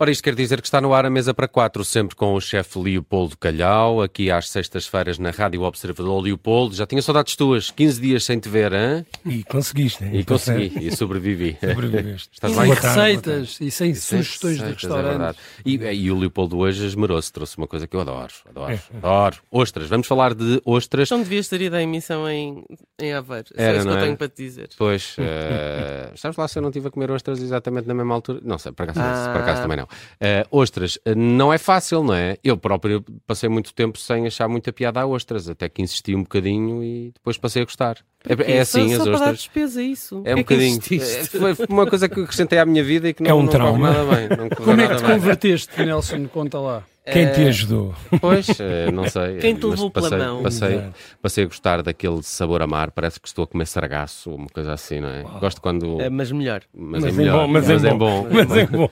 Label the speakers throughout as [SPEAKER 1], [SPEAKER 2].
[SPEAKER 1] Ora, isto quer dizer que está no ar a mesa para quatro, sempre com o chefe Leopoldo Calhau, aqui às sextas-feiras na Rádio Observador. Leopoldo, já tinha saudades tuas, 15 dias sem te ver, hein?
[SPEAKER 2] E conseguiste, hein? é.
[SPEAKER 1] E consegui, e sobrevivi.
[SPEAKER 2] Sobreviveste.
[SPEAKER 1] Estás
[SPEAKER 2] Boa
[SPEAKER 1] bem?
[SPEAKER 3] Sem
[SPEAKER 2] tarde, boa
[SPEAKER 3] receitas e sem
[SPEAKER 1] Sem
[SPEAKER 3] sugestões de
[SPEAKER 1] receitas, é
[SPEAKER 3] restaurantes.
[SPEAKER 1] verdade. e, e o Leopoldo hoje esmerou-se, trouxe uma coisa que eu adoro,
[SPEAKER 3] É.
[SPEAKER 1] adoro, adoro. Ostras, vamos falar de ostras.
[SPEAKER 4] Então devias ter ido à emissão em, em Aveiro.
[SPEAKER 1] Era,
[SPEAKER 4] é isso que
[SPEAKER 1] não
[SPEAKER 4] eu
[SPEAKER 1] é?
[SPEAKER 4] tenho para te dizer.
[SPEAKER 1] Pois, eh, sabes lá se eu não estive a comer ostras exatamente na mesma altura? Não sei, por acaso,
[SPEAKER 4] Ah.
[SPEAKER 1] por acaso também não. Eh, ostras, eh, não é fácil, não é? Eu próprio passei muito tempo sem achar muita piada a ostras, até que insisti um bocadinho e depois passei a gostar. É,
[SPEAKER 4] Porquê?
[SPEAKER 1] é assim
[SPEAKER 4] só,
[SPEAKER 1] as
[SPEAKER 4] só para dar
[SPEAKER 1] ostras.
[SPEAKER 4] despesa isso.
[SPEAKER 1] É um
[SPEAKER 4] Porquê que
[SPEAKER 1] bocadinho.
[SPEAKER 4] insististe?
[SPEAKER 1] eh, Foi uma coisa que acrescentei à minha vida e que não,
[SPEAKER 2] É um
[SPEAKER 1] não correu
[SPEAKER 2] trauma.
[SPEAKER 1] nada bem. Não correu
[SPEAKER 3] Como é que
[SPEAKER 1] nada
[SPEAKER 3] te
[SPEAKER 1] bem.
[SPEAKER 3] converteste, Nelson? Conta lá.
[SPEAKER 2] Quem
[SPEAKER 3] É.
[SPEAKER 2] te ajudou?
[SPEAKER 1] Pois, eh, não sei.
[SPEAKER 4] Quem te
[SPEAKER 1] mas
[SPEAKER 4] levou pela
[SPEAKER 1] passei,
[SPEAKER 4] mão?
[SPEAKER 1] Passei,
[SPEAKER 2] Exato.
[SPEAKER 1] passei a gostar daquele sabor a mar, parece que estou a comer sargaço, uma coisa assim, não é? Gosto quando.
[SPEAKER 4] É, mas melhor.
[SPEAKER 1] mas, é
[SPEAKER 2] Mas em
[SPEAKER 1] melhor,
[SPEAKER 2] bom, mas em
[SPEAKER 1] é
[SPEAKER 2] bom.
[SPEAKER 1] bom.
[SPEAKER 2] Mas é bom.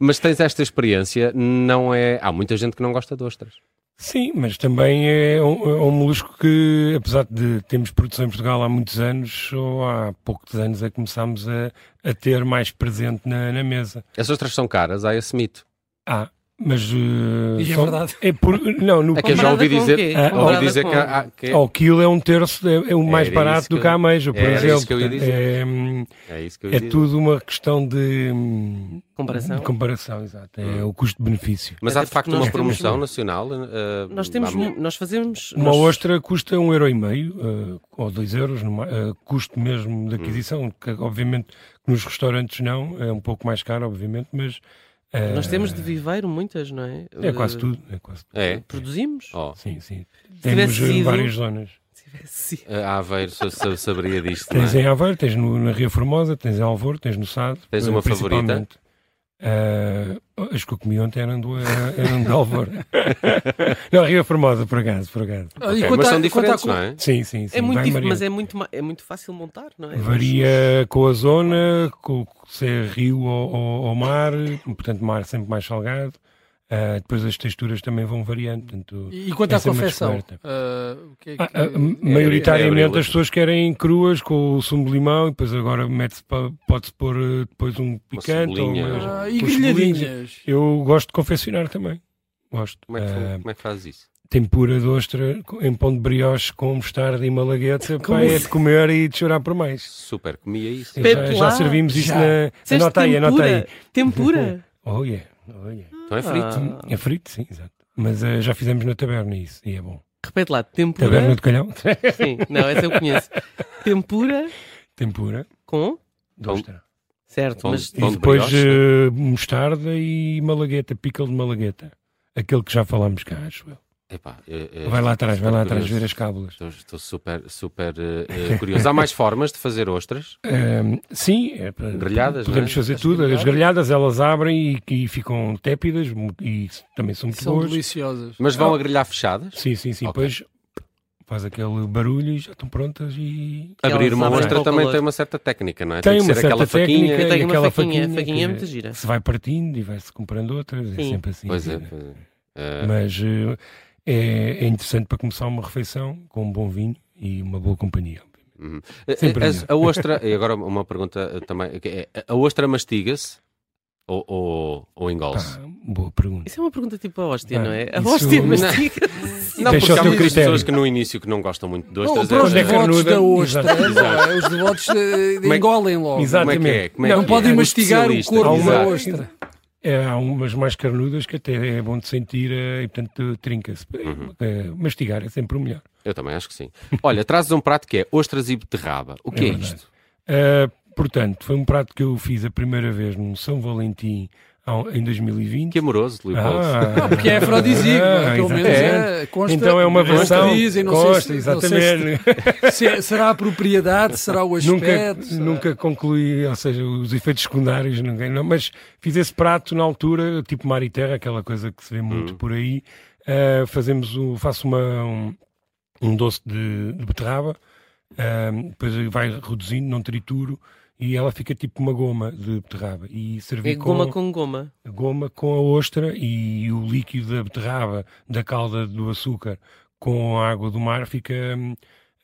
[SPEAKER 1] Mas tens esta experiência, não é. Há muita gente que não gosta de ostras.
[SPEAKER 2] Sim, mas também é um, é um molusco que, apesar de termos produção em Portugal há muitos anos, ou há poucos anos é que começámos a, a ter mais presente na, na mesa.
[SPEAKER 1] As ostras são caras, há esse mito.
[SPEAKER 2] Ah, mas... eh,
[SPEAKER 3] E é
[SPEAKER 2] só-
[SPEAKER 3] verdade.
[SPEAKER 2] É por, não, no
[SPEAKER 1] É que eu já
[SPEAKER 4] Comparada
[SPEAKER 1] ouvi
[SPEAKER 4] com o
[SPEAKER 1] dizer,
[SPEAKER 4] quê?
[SPEAKER 1] já ouvi
[SPEAKER 4] Comparada
[SPEAKER 1] dizer
[SPEAKER 4] com
[SPEAKER 1] que,
[SPEAKER 4] o
[SPEAKER 1] há- há- que é,
[SPEAKER 2] ao quilo é um terço, é, é o
[SPEAKER 1] Era
[SPEAKER 2] mais
[SPEAKER 1] isso
[SPEAKER 2] barato do
[SPEAKER 1] que
[SPEAKER 2] que a
[SPEAKER 1] eu-
[SPEAKER 2] ameijo, por
[SPEAKER 1] era isso
[SPEAKER 2] exemplo.
[SPEAKER 1] que eu ia
[SPEAKER 2] Portanto,
[SPEAKER 1] dizer.
[SPEAKER 2] é, hum,
[SPEAKER 1] é isso que eu ia
[SPEAKER 2] é
[SPEAKER 1] dizer.
[SPEAKER 2] tudo uma questão de hum,
[SPEAKER 4] Comparação.
[SPEAKER 2] de comparação, exato. É
[SPEAKER 1] Hum.
[SPEAKER 2] o custo-benefício.
[SPEAKER 1] Mas há de
[SPEAKER 4] Até
[SPEAKER 1] facto
[SPEAKER 4] porque nós
[SPEAKER 1] uma
[SPEAKER 4] temos-
[SPEAKER 1] promoção nacional. eh,
[SPEAKER 4] Nós temos,
[SPEAKER 1] há-
[SPEAKER 4] mu- nós fazemos.
[SPEAKER 2] Uma
[SPEAKER 4] nós-
[SPEAKER 2] ostra custa um euro e meio, eh, ou dois euros, no ma- eh, custo mesmo de
[SPEAKER 4] Hum.
[SPEAKER 2] aquisição, que obviamente nos restaurantes não, é um pouco mais caro, obviamente, mas eh,
[SPEAKER 4] Nós temos de viveiro muitas, não é?
[SPEAKER 2] é quase
[SPEAKER 4] Eh,
[SPEAKER 2] tudo, é quase tudo.
[SPEAKER 1] É.
[SPEAKER 4] Produzimos.
[SPEAKER 1] Oh.
[SPEAKER 2] Sim, sim.
[SPEAKER 4] tivesse
[SPEAKER 2] Temos eh,
[SPEAKER 4] sido-
[SPEAKER 2] várias zonas.
[SPEAKER 4] Se tivesse sido.
[SPEAKER 1] eh, A Aveiro sa- sa- saberia disto. não é?
[SPEAKER 2] Tens em Aveiro, tens no, na Ria Formosa, tens em Alvor, tens no Sado.
[SPEAKER 1] Tens
[SPEAKER 2] eh,
[SPEAKER 1] uma
[SPEAKER 2] principalmente. Eh, as que eu comi ontem eram, do, eh, eram de Alvor. não, Ria Formosa, por acaso, por acaso.
[SPEAKER 3] Ah,
[SPEAKER 1] Ok,
[SPEAKER 3] e
[SPEAKER 1] mas
[SPEAKER 3] quanto à-
[SPEAKER 1] são
[SPEAKER 3] quanto à
[SPEAKER 1] diferentes,
[SPEAKER 3] co-
[SPEAKER 1] não é?
[SPEAKER 2] Sim, sim, sim.
[SPEAKER 4] É muito
[SPEAKER 2] vai
[SPEAKER 4] difícil,
[SPEAKER 2] variando.
[SPEAKER 4] mas é muito, ma- é muito fácil montar, não é?
[SPEAKER 2] Varia com a zona, com, se é rio ou, ou- ou mar, portanto, mar sempre mais salgado. Ah, depois as texturas também vão variando. Portanto,
[SPEAKER 3] E quanto à
[SPEAKER 2] Essa é uma
[SPEAKER 3] confecção?
[SPEAKER 2] descoberta.
[SPEAKER 3] Ah, o que é que-
[SPEAKER 2] ah, ah, maioritariamente
[SPEAKER 1] abril.
[SPEAKER 2] as pessoas querem cruas com o sumo de limão e depois agora mete-se pa- pode-se pôr eh, depois um picante. ou
[SPEAKER 1] cebolinha.
[SPEAKER 2] uma-
[SPEAKER 3] Ah, e
[SPEAKER 2] os bolinhos.
[SPEAKER 3] grelhadinhas.
[SPEAKER 2] Eu gosto de confeccionar também. Gosto.
[SPEAKER 1] Como é que,
[SPEAKER 2] Ah,
[SPEAKER 1] como é que fazes isso?
[SPEAKER 2] tempura de ostra em pão de brioche com mostarda e malagueta.
[SPEAKER 3] Como
[SPEAKER 2] Pá, é
[SPEAKER 3] isso?
[SPEAKER 2] de comer e de chorar por mais.
[SPEAKER 1] Super, comia isso.
[SPEAKER 2] Já,
[SPEAKER 4] Pepe
[SPEAKER 2] já
[SPEAKER 4] lá.
[SPEAKER 2] servimos isso
[SPEAKER 3] Já.
[SPEAKER 2] na.
[SPEAKER 4] Disseste
[SPEAKER 2] Anota aí, anota aí.
[SPEAKER 4] tempura. Tempura.
[SPEAKER 2] Oh yeah, oh yeah.
[SPEAKER 1] Então é frito.
[SPEAKER 4] Ah.
[SPEAKER 2] É frito, sim, exato. Mas eh, já fizemos na taberna isso, e é bom.
[SPEAKER 4] Repete
[SPEAKER 1] Tá
[SPEAKER 4] lá, tempura.
[SPEAKER 2] Taberna de calhão,
[SPEAKER 4] Sim, não, essa eu conheço. Tempura
[SPEAKER 2] tempura,
[SPEAKER 4] com.
[SPEAKER 2] de
[SPEAKER 1] Pão-
[SPEAKER 2] ostra.
[SPEAKER 4] Certo,
[SPEAKER 1] Pão-
[SPEAKER 4] mas.
[SPEAKER 2] E
[SPEAKER 1] de
[SPEAKER 2] depois
[SPEAKER 1] brioche? é?
[SPEAKER 2] eh, mostarda e malagueta, pickle de malagueta. Aquele que já falámos cá, acho eu.
[SPEAKER 1] Epá, eh, eh,
[SPEAKER 2] Vai lá atrás, vai lá
[SPEAKER 1] estou
[SPEAKER 2] atrás ver
[SPEAKER 1] curioso.
[SPEAKER 2] as cábulas.
[SPEAKER 1] Estou, estou super, super eh, eh, curioso. Há mais formas de fazer ostras?
[SPEAKER 2] Ahm, sim, é pra-
[SPEAKER 1] Grelhadas,
[SPEAKER 2] podemos
[SPEAKER 1] não é?
[SPEAKER 2] fazer
[SPEAKER 1] As
[SPEAKER 2] tudo.
[SPEAKER 1] grelhadas.
[SPEAKER 2] As grelhadas elas abrem e, e ficam tépidas mu- e também são muito
[SPEAKER 3] São
[SPEAKER 2] boas.
[SPEAKER 3] deliciosas.
[SPEAKER 1] Mas vão a grelhar fechadas?
[SPEAKER 2] Sim, sim, sim.
[SPEAKER 1] Ok.
[SPEAKER 2] Depois faz aquele barulho e já estão prontas e
[SPEAKER 4] Que
[SPEAKER 1] Abrir
[SPEAKER 4] elas
[SPEAKER 1] uma
[SPEAKER 4] abrem
[SPEAKER 1] ostra
[SPEAKER 4] ao
[SPEAKER 1] também
[SPEAKER 4] calor.
[SPEAKER 1] tem uma certa técnica, não é?
[SPEAKER 2] Tem
[SPEAKER 1] que
[SPEAKER 2] uma
[SPEAKER 1] ser
[SPEAKER 2] certa
[SPEAKER 1] é aquela faquinha.
[SPEAKER 2] técnica,
[SPEAKER 4] Eu tenho uma
[SPEAKER 2] aquela
[SPEAKER 4] faquinha,
[SPEAKER 2] faquinha
[SPEAKER 4] a faquinha é
[SPEAKER 2] que-
[SPEAKER 4] muito gira.
[SPEAKER 2] se vai partindo e vai-se comprando outras, é
[SPEAKER 4] Sim.
[SPEAKER 2] sempre assim.
[SPEAKER 1] Pois é,
[SPEAKER 2] né?
[SPEAKER 1] pois é. Eh,
[SPEAKER 2] Mas eh, é, é interessante para começar uma refeição com um bom vinho e uma boa companhia.
[SPEAKER 1] Uhum. A-
[SPEAKER 2] Sempre
[SPEAKER 1] a-
[SPEAKER 2] melhor.
[SPEAKER 1] a, ostra, e agora uma pergunta eh, também, que é, a ostra mastiga-se ou, ou, ou
[SPEAKER 2] Pá,
[SPEAKER 1] engole-se?
[SPEAKER 2] Ah, boa pergunta.
[SPEAKER 4] Isso é uma pergunta tipo a hóstia,
[SPEAKER 2] Ah,
[SPEAKER 4] não é? A
[SPEAKER 2] isso-
[SPEAKER 4] hóstia
[SPEAKER 2] Não.
[SPEAKER 4] mastiga.
[SPEAKER 1] Não,
[SPEAKER 2] Deixa
[SPEAKER 1] porque
[SPEAKER 2] ao
[SPEAKER 1] há
[SPEAKER 4] é
[SPEAKER 2] teu
[SPEAKER 1] muitas
[SPEAKER 2] critério.
[SPEAKER 1] pessoas que no início que não gostam muito de
[SPEAKER 3] Não,
[SPEAKER 1] ostras.
[SPEAKER 3] para os
[SPEAKER 2] Onde é
[SPEAKER 3] devotos
[SPEAKER 2] carnuda?
[SPEAKER 3] da ostra,
[SPEAKER 2] Exato.
[SPEAKER 3] não é? os devotos de- de
[SPEAKER 1] Como é que-
[SPEAKER 3] engolem logo.
[SPEAKER 1] Como é que é? Como é
[SPEAKER 3] Não
[SPEAKER 1] que
[SPEAKER 3] podem
[SPEAKER 1] é?
[SPEAKER 3] mastigar o
[SPEAKER 1] Especialista.
[SPEAKER 2] Há
[SPEAKER 3] corpo
[SPEAKER 2] uma-
[SPEAKER 3] da
[SPEAKER 1] Exato.
[SPEAKER 3] ostra.
[SPEAKER 2] É, há umas mais carnudas que até é bom de sentir eh, e, portanto, trinca-se.
[SPEAKER 1] Uhum.
[SPEAKER 2] Eh, mastigar é sempre o melhor.
[SPEAKER 1] Eu também acho que sim. Olha, trazes um prato que é ostras e beterraba. O que é,
[SPEAKER 2] É verdade.
[SPEAKER 1] isto?
[SPEAKER 2] Eh, portanto, foi um prato que eu fiz a primeira vez num São Valentim ao- em 2020.
[SPEAKER 1] Que amoroso, Leopoldo.
[SPEAKER 2] Ah,
[SPEAKER 3] Porque é afrodisíaco, não é? pelo menos
[SPEAKER 2] exatamente.
[SPEAKER 3] é, consta.
[SPEAKER 2] Então é uma
[SPEAKER 3] consta
[SPEAKER 2] versão.
[SPEAKER 3] dizem, não
[SPEAKER 2] Consta,
[SPEAKER 3] sei se, não sei se-
[SPEAKER 2] exatamente.
[SPEAKER 3] se- será a propriedade, será o aspecto.
[SPEAKER 2] Nunca,
[SPEAKER 3] será-
[SPEAKER 2] nunca concluí, ou seja, os efeitos secundários, ninguém, não, mas fiz esse prato na altura, tipo mar e terra, aquela coisa que se vê muito
[SPEAKER 3] Hum.
[SPEAKER 2] por aí. Ah, fazemos o, faço uma, um, um doce de, de beterraba, ah, depois vai reduzindo, não trituro, e ela fica tipo uma goma de beterraba. E servi
[SPEAKER 4] É goma com goma.
[SPEAKER 2] a goma com a ostra e o líquido da beterraba, da calda do açúcar com a água do mar fica hum,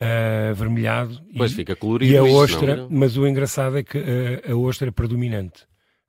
[SPEAKER 2] ah, avermelhado
[SPEAKER 1] Pois
[SPEAKER 2] e,
[SPEAKER 1] fica
[SPEAKER 2] e
[SPEAKER 1] colorido.
[SPEAKER 2] a
[SPEAKER 1] isto, não?
[SPEAKER 2] é ostra, mas o engraçado é que ah, a, ostra é predominante.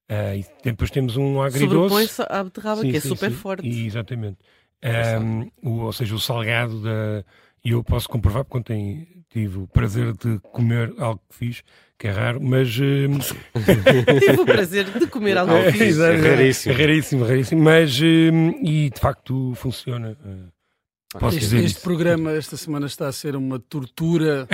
[SPEAKER 2] Ah, Ah, e depois temos um agridoce.
[SPEAKER 4] Sobrepõe-se à beterraba,
[SPEAKER 2] Sim,
[SPEAKER 4] que é
[SPEAKER 2] sim,
[SPEAKER 4] super
[SPEAKER 2] sim.
[SPEAKER 4] forte.
[SPEAKER 2] E, exatamente. Ahm, o, ou seja, o salgado da. E eu posso comprovar, porque ontem tive o prazer de comer algo que fiz, que é raro, mas. hum, ahm,
[SPEAKER 4] Tive o prazer de comer algo
[SPEAKER 1] É,
[SPEAKER 4] fixe.
[SPEAKER 1] exato. raríssimo.
[SPEAKER 2] É raríssimo, raríssimo. Mas. ahm, e de facto funciona. Ah, Posso
[SPEAKER 3] Este,
[SPEAKER 2] dizer
[SPEAKER 3] este
[SPEAKER 2] isso.
[SPEAKER 3] programa esta semana está a ser uma tortura.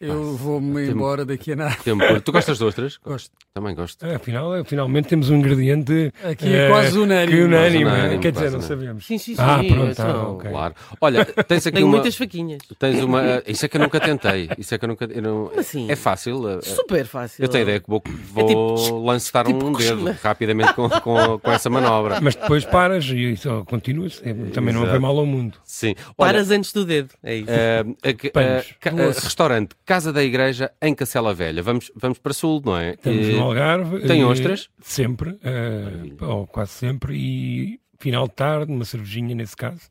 [SPEAKER 3] Eu vou-me embora daqui a nada.
[SPEAKER 1] Tempura. Tu gostas de ostras?
[SPEAKER 3] Gosto.
[SPEAKER 1] Também gosto.
[SPEAKER 2] Ah, Afinal, eh, finalmente temos um ingrediente. eh,
[SPEAKER 3] Aqui é quase unânime.
[SPEAKER 2] Que unânime.
[SPEAKER 1] Quase unânime,
[SPEAKER 2] Quer dizer,
[SPEAKER 1] quase
[SPEAKER 2] não
[SPEAKER 1] unânime.
[SPEAKER 2] sabíamos.
[SPEAKER 4] Sim, sim, sim.
[SPEAKER 2] Ah,
[SPEAKER 4] eu
[SPEAKER 2] pronto,
[SPEAKER 4] sou-
[SPEAKER 2] ah, ok.
[SPEAKER 1] Claro. Olha, tens aqui
[SPEAKER 4] Tenho
[SPEAKER 1] uma.
[SPEAKER 4] muitas faquinhas.
[SPEAKER 1] Tens uma. Isso é que eu nunca tentei. Isso é que eu nunca. eu não-
[SPEAKER 4] Como assim?
[SPEAKER 1] É fácil. eh, eh,
[SPEAKER 4] Super fácil.
[SPEAKER 1] Eu tenho a ideia que vou, vou lançar um
[SPEAKER 4] tipo-
[SPEAKER 1] dedo rapidamente com, com, com essa manobra.
[SPEAKER 2] Mas depois paras e só continuas. É, Também não
[SPEAKER 1] Exato.
[SPEAKER 2] vai mal ao mundo.
[SPEAKER 1] Sim. Olha,
[SPEAKER 4] Paras antes do dedo. É isso.
[SPEAKER 1] eh, eh, que- eh,
[SPEAKER 2] Panos.
[SPEAKER 1] ca- eh, restaurante Casa da Igreja em Cacela Velha. Vamos, vamos para Sul, não é?
[SPEAKER 2] Estamos
[SPEAKER 1] Eh,
[SPEAKER 2] no Algarve.
[SPEAKER 1] tem
[SPEAKER 2] eh,
[SPEAKER 1] ostras?
[SPEAKER 2] Sempre, eh, ou quase sempre, e final de tarde, uma cervejinha nesse caso,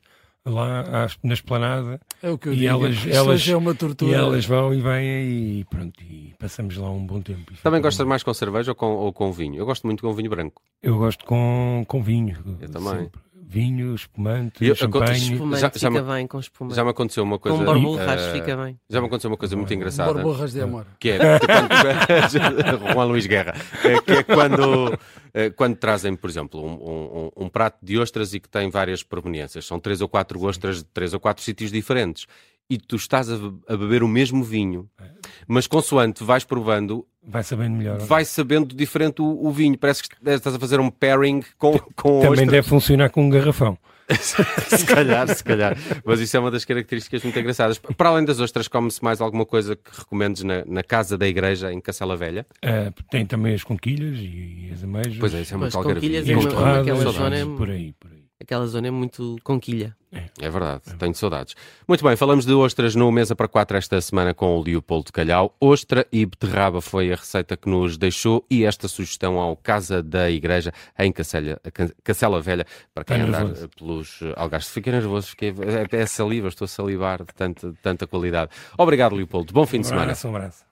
[SPEAKER 2] lá às- na esplanada,
[SPEAKER 3] É o que eu
[SPEAKER 2] E
[SPEAKER 3] digo.
[SPEAKER 2] elas-
[SPEAKER 3] Isto
[SPEAKER 2] elas-
[SPEAKER 3] hoje é uma
[SPEAKER 2] e
[SPEAKER 3] tortura.
[SPEAKER 2] elas vão e vêm e pronto, e passamos lá um bom tempo.
[SPEAKER 1] Também gostas mais com cerveja ou com, ou com vinho? Eu gosto muito com vinho branco.
[SPEAKER 2] Eu gosto com, com vinho.
[SPEAKER 1] Eu também.
[SPEAKER 2] sempre. Vinho, espumante,
[SPEAKER 1] E eu-
[SPEAKER 2] champanhe.
[SPEAKER 1] eu-
[SPEAKER 4] Espumante
[SPEAKER 1] já- já
[SPEAKER 4] fica
[SPEAKER 1] me-
[SPEAKER 4] bem, com espumante.
[SPEAKER 1] Já me aconteceu uma coisa.
[SPEAKER 4] com borburras
[SPEAKER 1] eh,
[SPEAKER 4] fica bem.
[SPEAKER 1] Já me aconteceu uma coisa muito engraçada.
[SPEAKER 3] Borborras de amor.
[SPEAKER 1] Que é quando... Juan Luís Guerra. É, Que é quando, é, quando trazem, por exemplo, um, um- um prato de ostras e que tem várias proveniências. São três ou quatro ostras de três ou quatro sítios diferentes. E tu estás a, be- a beber o mesmo vinho,
[SPEAKER 2] É.
[SPEAKER 1] mas consoante vais provando,
[SPEAKER 2] Vai sabendo melhor.
[SPEAKER 1] vais sabendo diferente o, o vinho. Parece que estás a fazer um pairing com, com
[SPEAKER 2] Também
[SPEAKER 1] ostras.
[SPEAKER 2] deve funcionar com um garrafão.
[SPEAKER 1] se calhar, se calhar. Mas isso é uma das características muito engraçadas. Para além das ostras, come-se mais alguma coisa que recomendes na, na casa da igreja em Cacela Velha?
[SPEAKER 2] Ah, tem também as conquilhas e, e as ameijas.
[SPEAKER 1] Pois é, isso é muito
[SPEAKER 4] Mas com
[SPEAKER 1] algarvio.
[SPEAKER 4] quilhas
[SPEAKER 2] E
[SPEAKER 4] é
[SPEAKER 2] as
[SPEAKER 4] uma-
[SPEAKER 2] torradas,
[SPEAKER 4] naquela
[SPEAKER 1] Saudades.
[SPEAKER 4] zona é-
[SPEAKER 2] por aí, por aí.
[SPEAKER 4] Aquela zona é muito conquilha.
[SPEAKER 1] É verdade, tenho saudades. Muito bem, falamos de ostras no Mesa para Quatro esta semana com o Leopoldo Calhau. Ostra e beterraba foi a receita que nos deixou e esta sugestão ao Casa da Igreja em Cacela, Ca- Cacela Velha. Para quem
[SPEAKER 4] Tá
[SPEAKER 2] Está
[SPEAKER 1] andar
[SPEAKER 2] nervoso.
[SPEAKER 1] eh, pelos eh, algarves, fiquei nervoso, fiquei... é é saliva, estou a salivar de tanta, de tanta qualidade. Obrigado, Leopoldo. Bom fim de
[SPEAKER 2] Um
[SPEAKER 1] semana.
[SPEAKER 2] abraço, um abraço.